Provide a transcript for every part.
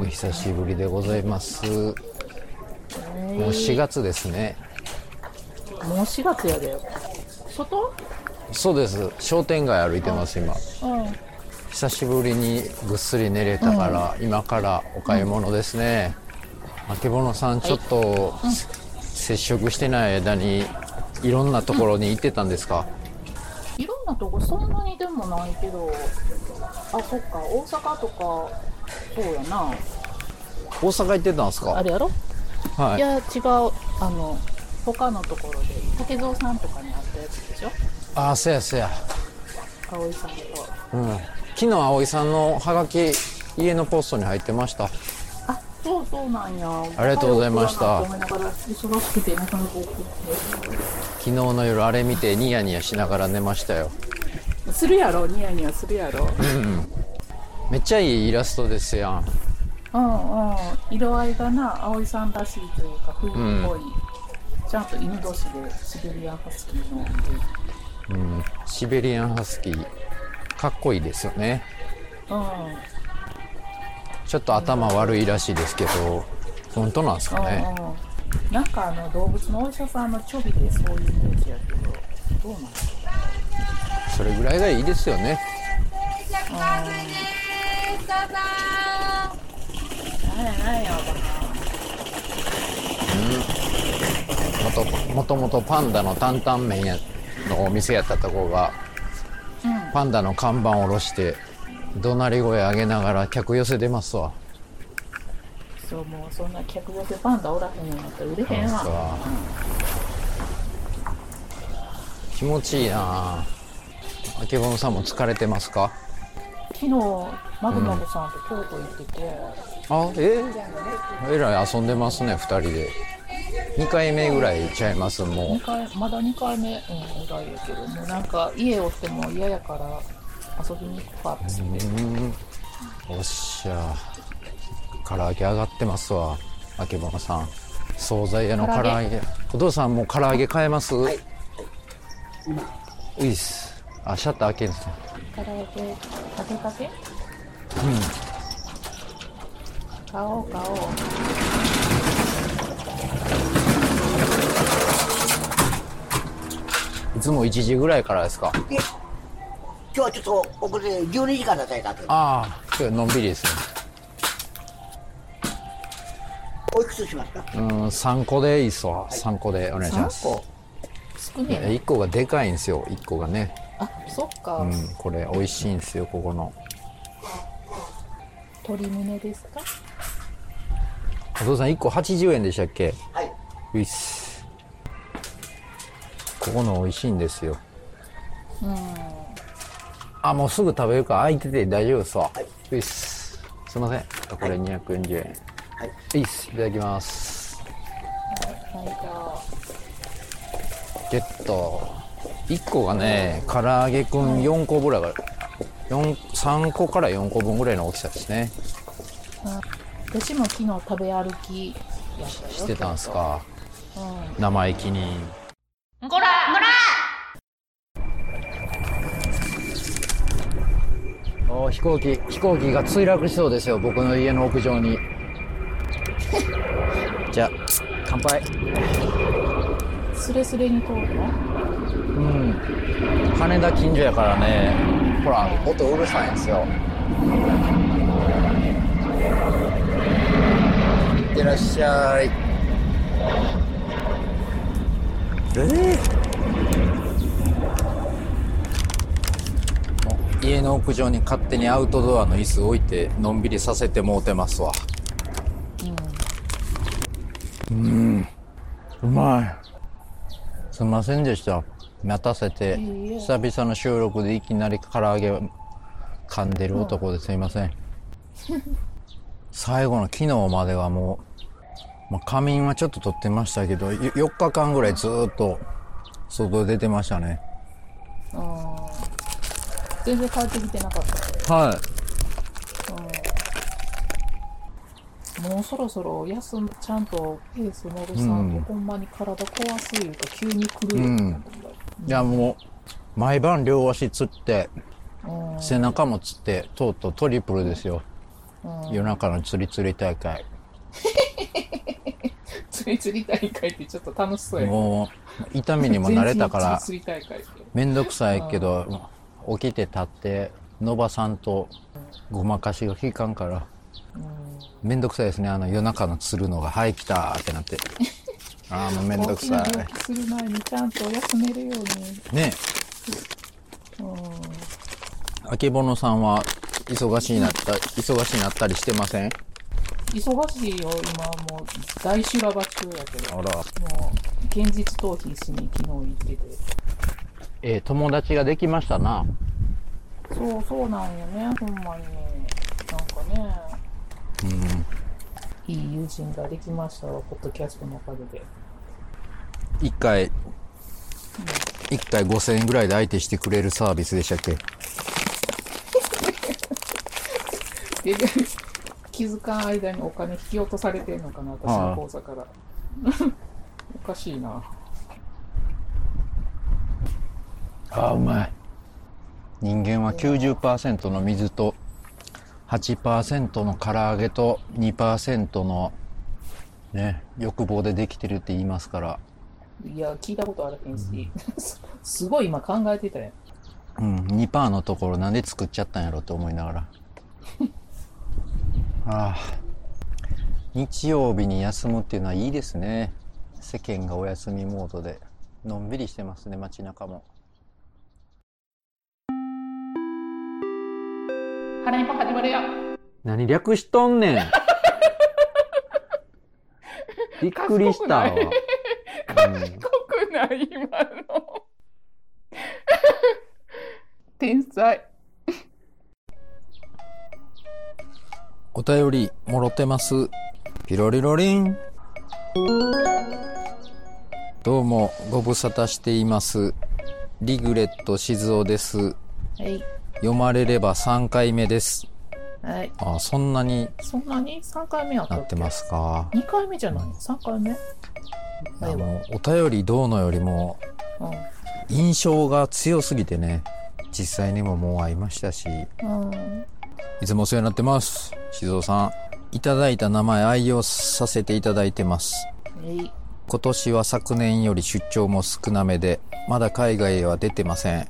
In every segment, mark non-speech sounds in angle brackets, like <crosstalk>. お久しぶりでございますもう4月ですねもう4月やで外そうです商店街歩いてます今うん久しぶりにぐっすり寝れたから、今からお買い物ですね、あけぼのさんちょっと、接触してない間にいろんなところに行ってたんですか、いろんなとこそんなにでもないけどあそっか大阪とかそうやな大阪行ってたんですあかれやろ、、はいいや違うあの他のところで竹蔵さんとかにあったやつでしょああせやせや葵さんとうん昨日葵さんのハガキ家のポストに入ってましたあそうそうなんやありがとうございましたごめんながら忙しくてなかなか送って昨日の夜あれ見てニヤニヤしながら寝ましたよするやろニヤニヤするやろめっちゃいいイラストですやんうんうん色合いがな葵さんらしいというか冬っぽい、ちゃんと犬同士でシベリアンハスキーのシベリアンハスキーかっこいいですよねうんちょっと頭悪いらしいですけど本当なんですかねうんうんなんかあの動物のお医者さんのちょびでそういうイメージやけどどうなんですかそれぐらいがいいですよねなんやなんやもとおばもともとパンダの担々麺やのお店やったとこが、パンダの看板を下ろして怒鳴り声上げながら客寄せ出ますわそうもうそんな客寄せパンダおらへんようになったら売れへんそうわか気持ちいいなああけぼのさんも疲れてますか昨日マグマグさんと京都行ってて、あええらい遊んでますね2人で2回目ぐらいちゃいますも二回まだ2回目、うん、ぐらいやけどもうなんか家おっても嫌やから遊びに行くかっつって、うおっしゃ唐揚げ上がってますわあけぼのさん惣菜屋の唐揚げ唐揚お父さんもう唐揚げ買えます、ういっすあシャッター開けるんですね唐揚げ揚げかけうん買おう買おういつも1時ぐらいからですかいえ今日はちょっと遅れて12時からだったけどああ今日のんびりですねおいくつしますかうん3個でいいっすわ3個でお願いしま3す個少ねえな1個がでかいんですよ1個がねあそっか、うんこれ美味しいんですよここの鶏胸ですかお父さん1個80円でしたっけはいういっすここの美味しいんですよあもうすぐ食べるから空いてて大丈夫ですわ、ういっすすいませんあこれ240円、はいういっすいただきますはいじゲット1個がね唐揚げくん4個ぐらいが3個から4個分ぐらいの大きさですねゃあ私も昨日食べ歩きやったよしてたんすか、生意気におー飛行機飛行機が墜落しそうですよ僕の家の屋上にじゃあ乾杯スレスレに通るのうん羽田近所やからねほら音うるさいんですよいってらっしゃいえ家の屋上に勝手にアウトドアの椅子置いてのんびりさせてもうてますわうん、うまいすみませんでした待たせていえ久々の収録でいきなり唐揚げを噛んでる男ですみま <laughs> せん最後の昨日まではもう、まあ、仮眠はちょっと取ってましたけどよ4日間ぐらいずーっと外出てましたね全然帰ってきてなかったはもうそろそろ休むちゃんとペース乗るさんと、ほんまに体壊すいうか急に来るようになったんだよいいやもう毎晩両足つってうん背中もつってとうとうトリプルですようん、夜中の釣り釣り大会釣り釣り大会ってちょっと楽しそうやねもう痛みにも慣れたから釣り釣り大会ってめんどくさいけど起きて立ってのばさんとごまかしが効かんからめんどくさいですねあの夜中の釣るのが「はい来た」ってな <laughs> ってああもうめんどくさ大きな病気する前にちゃんと休めるようにいねえあけぼのさんは忙しいなった忙しいなったりしてません忙しいよ今もう大修羅場中やけどあらもう現実逃避しに昨日行っててえー友達ができましたなそうそうなんよねほんまにねなんかねいい友人ができましたわポッドキャストのおかげで一回一回5000円ぐらいで相手してくれるサービスでしたっけでで気づかん間にお金引き落とされてんのかな私ああの口座から <laughs> おかしいなああうまい人間は90%の水と8%の唐揚げと2%のね欲望でできてるって言いますからいや聞いたことあらへんし <laughs> すごい今考えてたようん2%のところなんで作っちゃったんやろと思いなが <laughs> らああ日曜日に休むっていうのはいいですね世間がお休みモードでのんびりしてますね街中も腹いっぱ始まるよ何略しとんねん <laughs> びっくりしたわ、賢うん賢くない今の天才お便りもろてますピロリロリンどうもご無沙汰していますリグレット静雄ですはい読まれれば3回目ですはいあそんなにそんなに3回目やったなってますか2回目じゃない3回目いやもうお便りどうのよりもう印象が強すぎてね実際にももう会いましたしんうんいつもお世話になってます。静雄さん。いただいた名前愛用させていただいてます。えい今年は昨年より出張も少なめで、まだ海外へは出てません。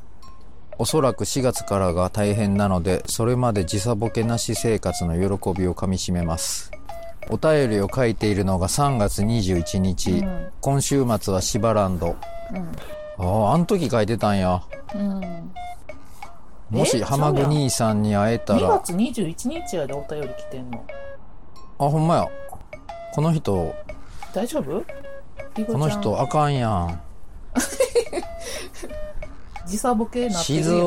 おそらく4月からが大変なので、それまで時差ボケなし生活の喜びをかみしめます。お便りを書いているのが3月21日。うん今週末はシバランド。ああ、あの時書いてたんや。うんうんもしえ浜そうやん国さんに会えた2ら、月21日やでお便り来てんのあ、ほんまや。この人、大丈夫リコこのちゃ人あかんやん。ん時差ボケなってるや静ん雄、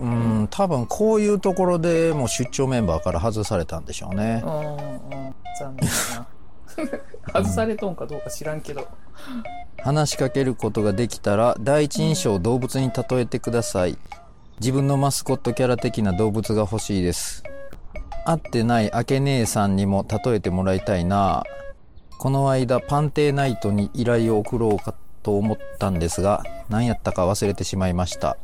うん、多分こういうところでもう出張メンバーから外されたんでしょうねう。んうん残念やな外されとんかどうか知らんけど話しかけることができたら、第一印象を動物に例えてください。自分のマスコットキャラ的な動物が欲しいです。会ってない明け姉さんにも例えてもらいたいな。この間、パンテーナイトに依頼を送ろうかと思ったんですが、何やったか忘れてしまいました。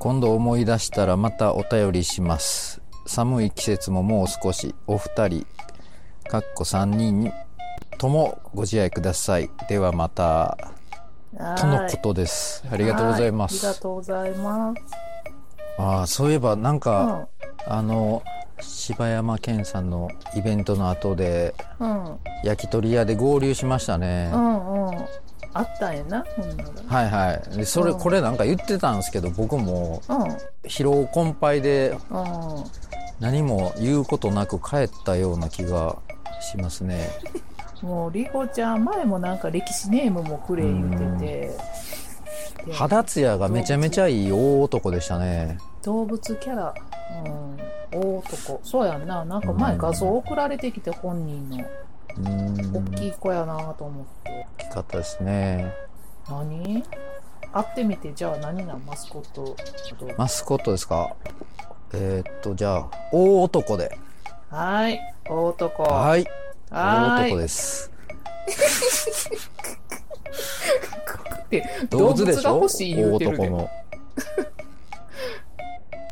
今度思い出したらまたお便りします。寒い季節ももう少し、お二人、かっこ三人ともご自愛ください。ではまた、とのことです。あありがとうございまありがす。とうございますああ、そういえばなんうか、んあの、柴山健さんのイベントの後で、うんうん焼き鳥屋で合流しましたね。うんあったんやなほんなはいはい。で、それ、うんこれなんか言ってたんですけど、僕もらうん疲労困憊でうん何も言うことなく帰ったような気がしますね。もうリコちゃん前もなんか歴史ネームもくれ言うててで肌ツヤがめちゃめちゃいい大男でしたね。動物キャラ、うん、大男そうやんななんか前画像送られてきて本人のうん。大大きい子やなと思って、きかったですね。何会ってみてじゃあ何なんマスコットとマスコットですかえーっと、じゃあ、大男で。はーい大男ははい。大ーい男です。って動動物物でしがょ欲しい言うてるで大男の。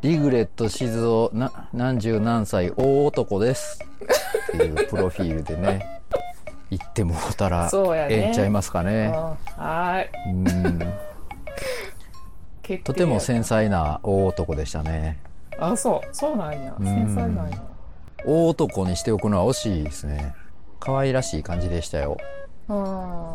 リグレット静雄な何十何歳大男ですっていうプロフィールでね言ってもうたらそうやねええんちゃいますかうん、ねはーいうん決定やとても繊細な大男でしたねあそうそうなんやん繊細なんや大男にしておくのは惜しいですね可愛らしい感じでしたようん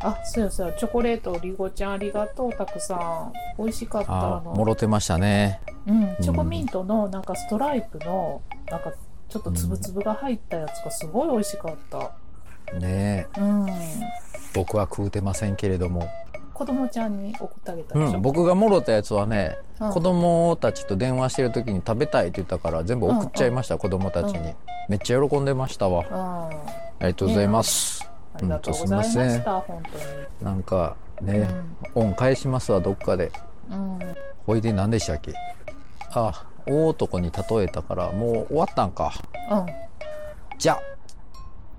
あそうやそうやチョコレートりごちゃんありがとうたくさん美味しかったああのもろてましたねうん、チョコミントのなんかストライプのなんかちょっとつぶつぶが入ったやつがすごい美味しかった、ねえうん、僕は食うてませんけれども、子供ちゃんに送ってあげうたでしょ、ん、僕がもろたやつはねうん子供たちと電話してる時に食べたいって言ったから全部送っちゃいました、子供たちに、うんめっちゃ喜んでましたわうんあありがとうございます、りがとうございまうんとすいしまた、本なんか当にね、恩返しますわどっかでうん、うん、ほいで何でしたっけあ大男に例えたからもう終わったんかうんじゃあ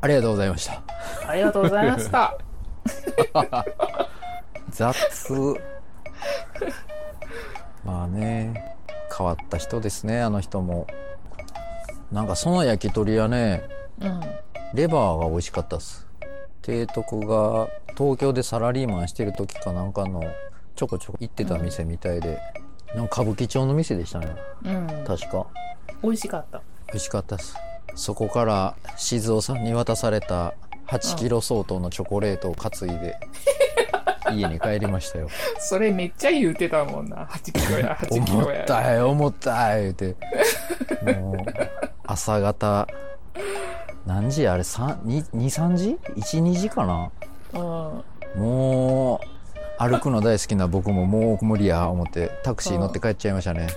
ありがとうございましたありがとうございました雑まあね変わった人ですねあの人もなんかその焼き鳥はねうんレバーが美味しかったっす提督が東京でサラリーマンしてる時かなんかのちょこちょこ行ってた店みたいで、なんか歌舞伎町の店でしたねうん確か美味しかった美味しかったっすそこから静雄さんに渡された8キロ相当のチョコレートを担いで、家に帰りましたよそれめっちゃ言うてたもんな8キ <laughs> ロや8キ思ロやったい思ったい言うてもう朝方何時あれ23時 ?12 時かなうんもう歩くの大好きな僕ももう無理や思ってタクシー乗って帰っちゃいましたね、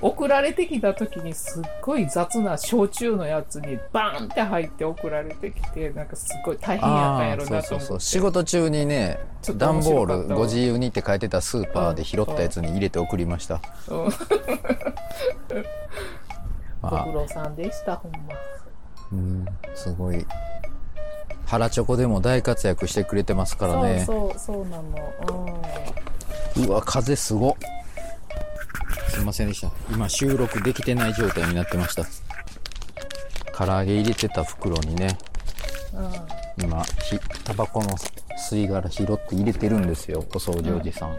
送られてきた時にすっごい雑な焼酎のやつにバーンって入って送られてきてなんかすっごい大変やったんやろそなうとそ思うってそう仕事中にねちょっと段ボ面白ーかったわルご自由にって書いてたスーパーで拾ったやつに入れて送りました、うんまご苦労さんでしたほんまあ、うんすごい腹チョコでも大活躍してくれてますからねうそうそうそうなのわ風すごっすいませんでした今収録できてない状態になってました唐揚げ入れてた袋にねうんうん今ひタバコの吸い殻拾って入れてるんですよお掃除おじさん、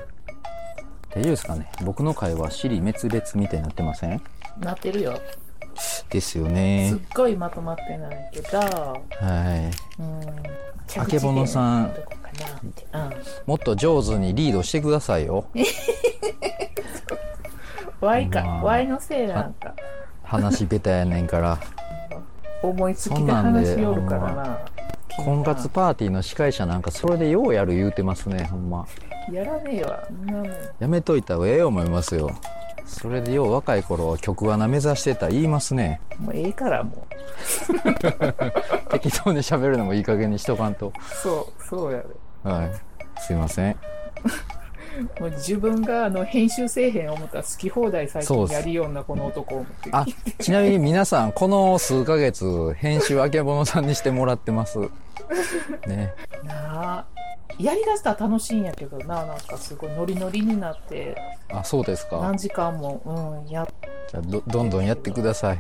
大丈夫ですかね僕の会話尻滅裂みたいになってませんなってるよですよすねっごいまとまってないけどはいうんあけぼのさん着地点のとこかなってもっと上手にリードしてくださいようん Y かまあ Y のせいなんか話ベタやねん <laughs> から思いつそきんでなんで話しよるかほらんな婚活パーティーの司会者なんかそれでようやる言うてますねほんまやらねえわそんなもんやめといた方がええ思いますよそれでよう若い頃曲穴目指してた言いますねもうええからもう適当に喋るのもいい加減にしとかんとそう、そうやで。はいすいませんもう自分があの編集せえへん思ったら好き放題最そうっ近すやりよんなこの男を思って。あ、ちなみに皆さん、この数ヶ月、編集あけぼのさんにしてもらってます。ね。なあ。やりだしたら楽しいんやけどな、なんかすごいノリノリになって、あ、そうですか何。時間も、うん、や、じゃあど、どんどんやってください。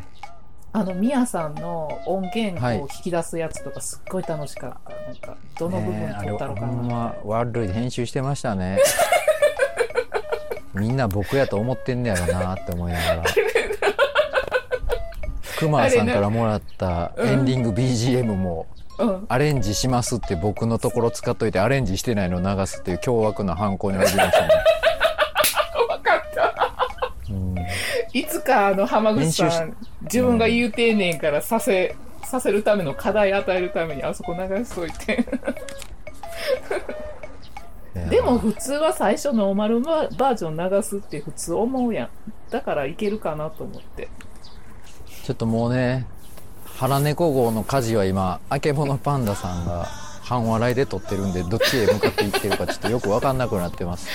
あの、ミヤさんの音源はいを引き出すやつとかすっごい楽しかった。なんか、どの部分ねあれ取ったのほかんな。ま悪い編集してました <laughs> ね。みんな僕やと思ってんねやろなって思いながら。福間さんからもらったエンディング BGM もうん。アレンジしますって僕のところ使っといてアレンジしてないの流すっていう凶悪な犯行に及びま <laughs> したね。わかった。うんいつかあの、浜口練習さしん、自分が言うてんねんからさせ、させるための課題与えるためにあそこ流しといて。ねでも普通は最初ノーマルバージョン流すって普通思うやん。だからいけるかなと思って。ちょっともうね、腹猫号の火事は今、あけぼのパンダさんが半笑いで撮ってるんで、どっちへ向かっていってるかちょっとよくわかんなくなってます。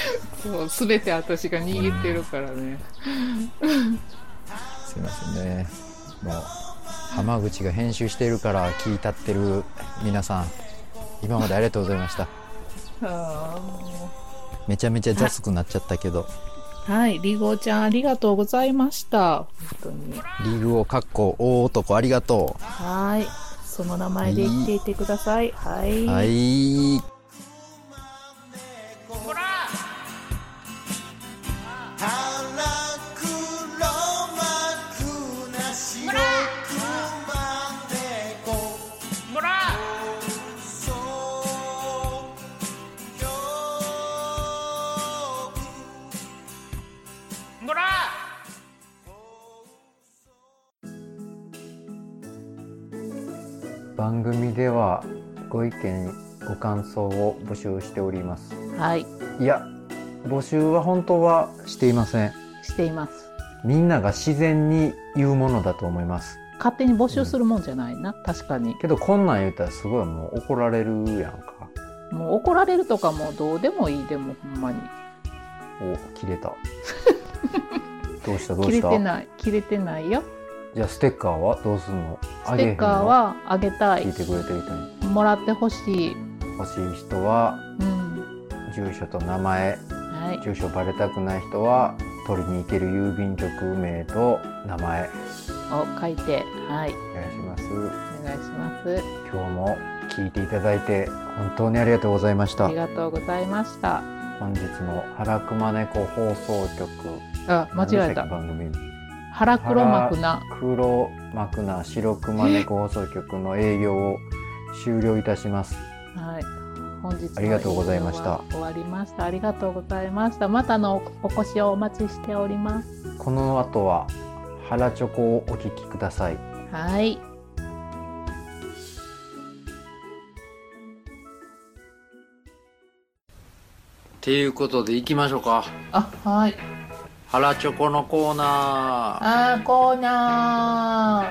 そう、すべて私が握ってるからね。すいませんね。もう、浜口が編集してるから聞い立ってる皆さん、今までありがとうございました。ああ、もめちゃめちゃ雑くなっちゃったけど、うはい、リゴちゃんありがとうございました。本当に。リグをかっこ大男ありがとはい。その名前で生きていてください。はい。う。はい。腹黒幕な白熊猫そうよく番組ではご意見ご感想を募集しておりますはい。いや募集は本当はしていませんしています。みんなが自然に言うものだと思います勝手に募集するもんじゃないな。確かに。けどこんなん言うたらすごいもう怒られるやんかもう怒られるとかもどうでもいいでもほんまに。お切れた <laughs> どうしたどう切しれたてない。切れてないよ。じゃあステッカーはどうすんのステッカーはあげたあげへんの聞いい。てくれてる人にもらってほしい。欲しい人はうん。住所と名前はい。住所バレたくない人は取りに行ける郵便局名と名前を書いて。はお願いい。しますお願いします。今日も聞いていただいて本当にありがとうございましたありがとうございました。本日の原熊猫放送局あ、間何違えでしたっけた。番組腹黒幕な。黒幕な白熊猫放送局の営業を終了いたしますはい。本日のありがとうございました営業は終わりました。ありがとうございました。またのお越しをお待ちしております。この後は原チョコをお聞きくださいはい。ていうことで行きましょうかあ、はい。原チョコのコーナあー、コーナ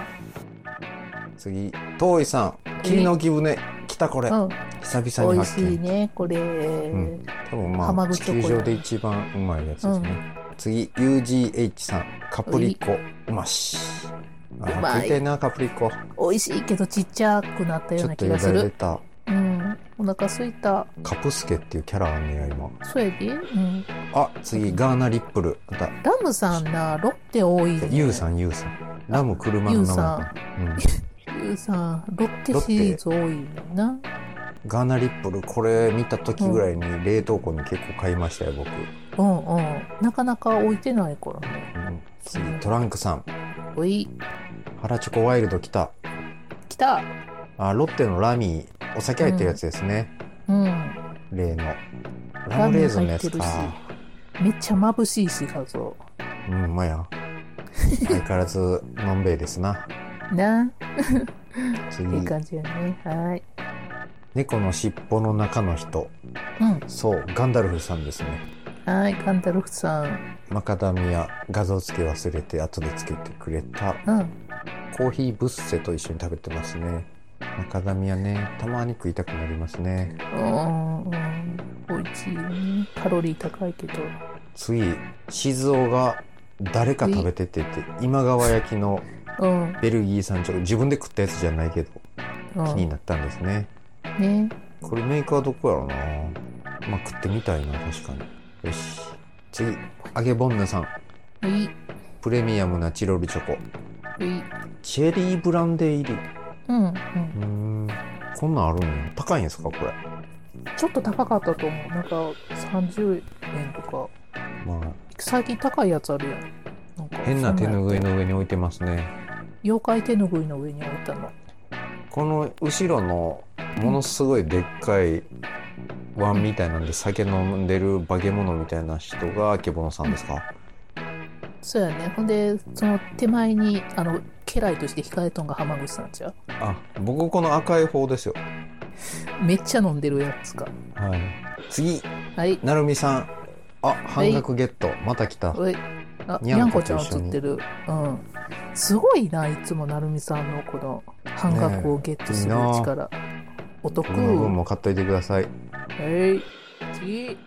ー次遠いさん霧の木舟来たこれー。うん。久々美に味発しい見ね、これ。ん多分ま浜あ口地チョコ球上で一番うまいやつですね、次 UGH さんカプリコうましあうまい食いたいなカプリコ美味しいけどちっちゃくなったよちょうっなと気よがだすれ出る。たうん。お腹すいた。カプスケっていうキャラあんねや今そうやで。うん。あ次ガーナリップルまたラムさんな、ロッテ多い、ね。ユウさんユウさんラム車の名前かな、うん、ゆうさん、ロッテシリーズ多いな。ガーナリップルこれ見た時ぐらいに冷凍庫に結構買いましたよ僕、ううんうん。なかなか置いてないからね。ん、次トランクさんおい、腹チョコワイルド来た来た。あロッテのラミーお酒入ってるやつですね、うん。例のラムレーズンのやつかラム入めっちゃ眩しいし、画像。うんうまい <laughs> や相変わらずのんべいですなな、次いい感じやね。はい。猫の尻尾の中の人うそうガンダルフさんですねん。はい、ガンダルフさん。マカダミア画像付け忘れて後で付けてくれたうん。コーヒーブッセと一緒に食べてますねマカダミアねたまに食いたくなりますねうん。うん。おいしいね。カロリー高いけど。次静雄が誰か食べててって今川焼きのうん。ベルギー産チョコ自分で食ったやつじゃないけどう気んに。なったんですね、ね。これメーカーどこやろなまあ、食ってみたいな確かによし次揚げボンヌさんおい、プレミアムなチロルチョコおい。チェリーブランデー入りうん、うん。うーんこんなんあるんや高いんですかこれちょっと高かったと思う。なんか、30円とか。まあ最近高いやつあるやん。なんか変な手ぬぐい。の上に置いてますね妖怪手ぬぐいの上に置いたの。この後ろのものすごいでっかいワンみたいなんで酒飲んでる化け物みたいな人があけぼのさんですかそうやね。ほんで、その手前に、あの、家来として控えとんが浜口さんちゃうあ僕この赤い方ですよめっちゃ飲んでるやつか。はい次はい。なるみさん。あ、半額ゲット。また来た。おい。あ、ににゃゃんんこことち一緒ゃんに映ってる。うん。すごいな、いつもなるみさんのこの半額をゲットする力。お得。僕の分も買っといてください。はい。次。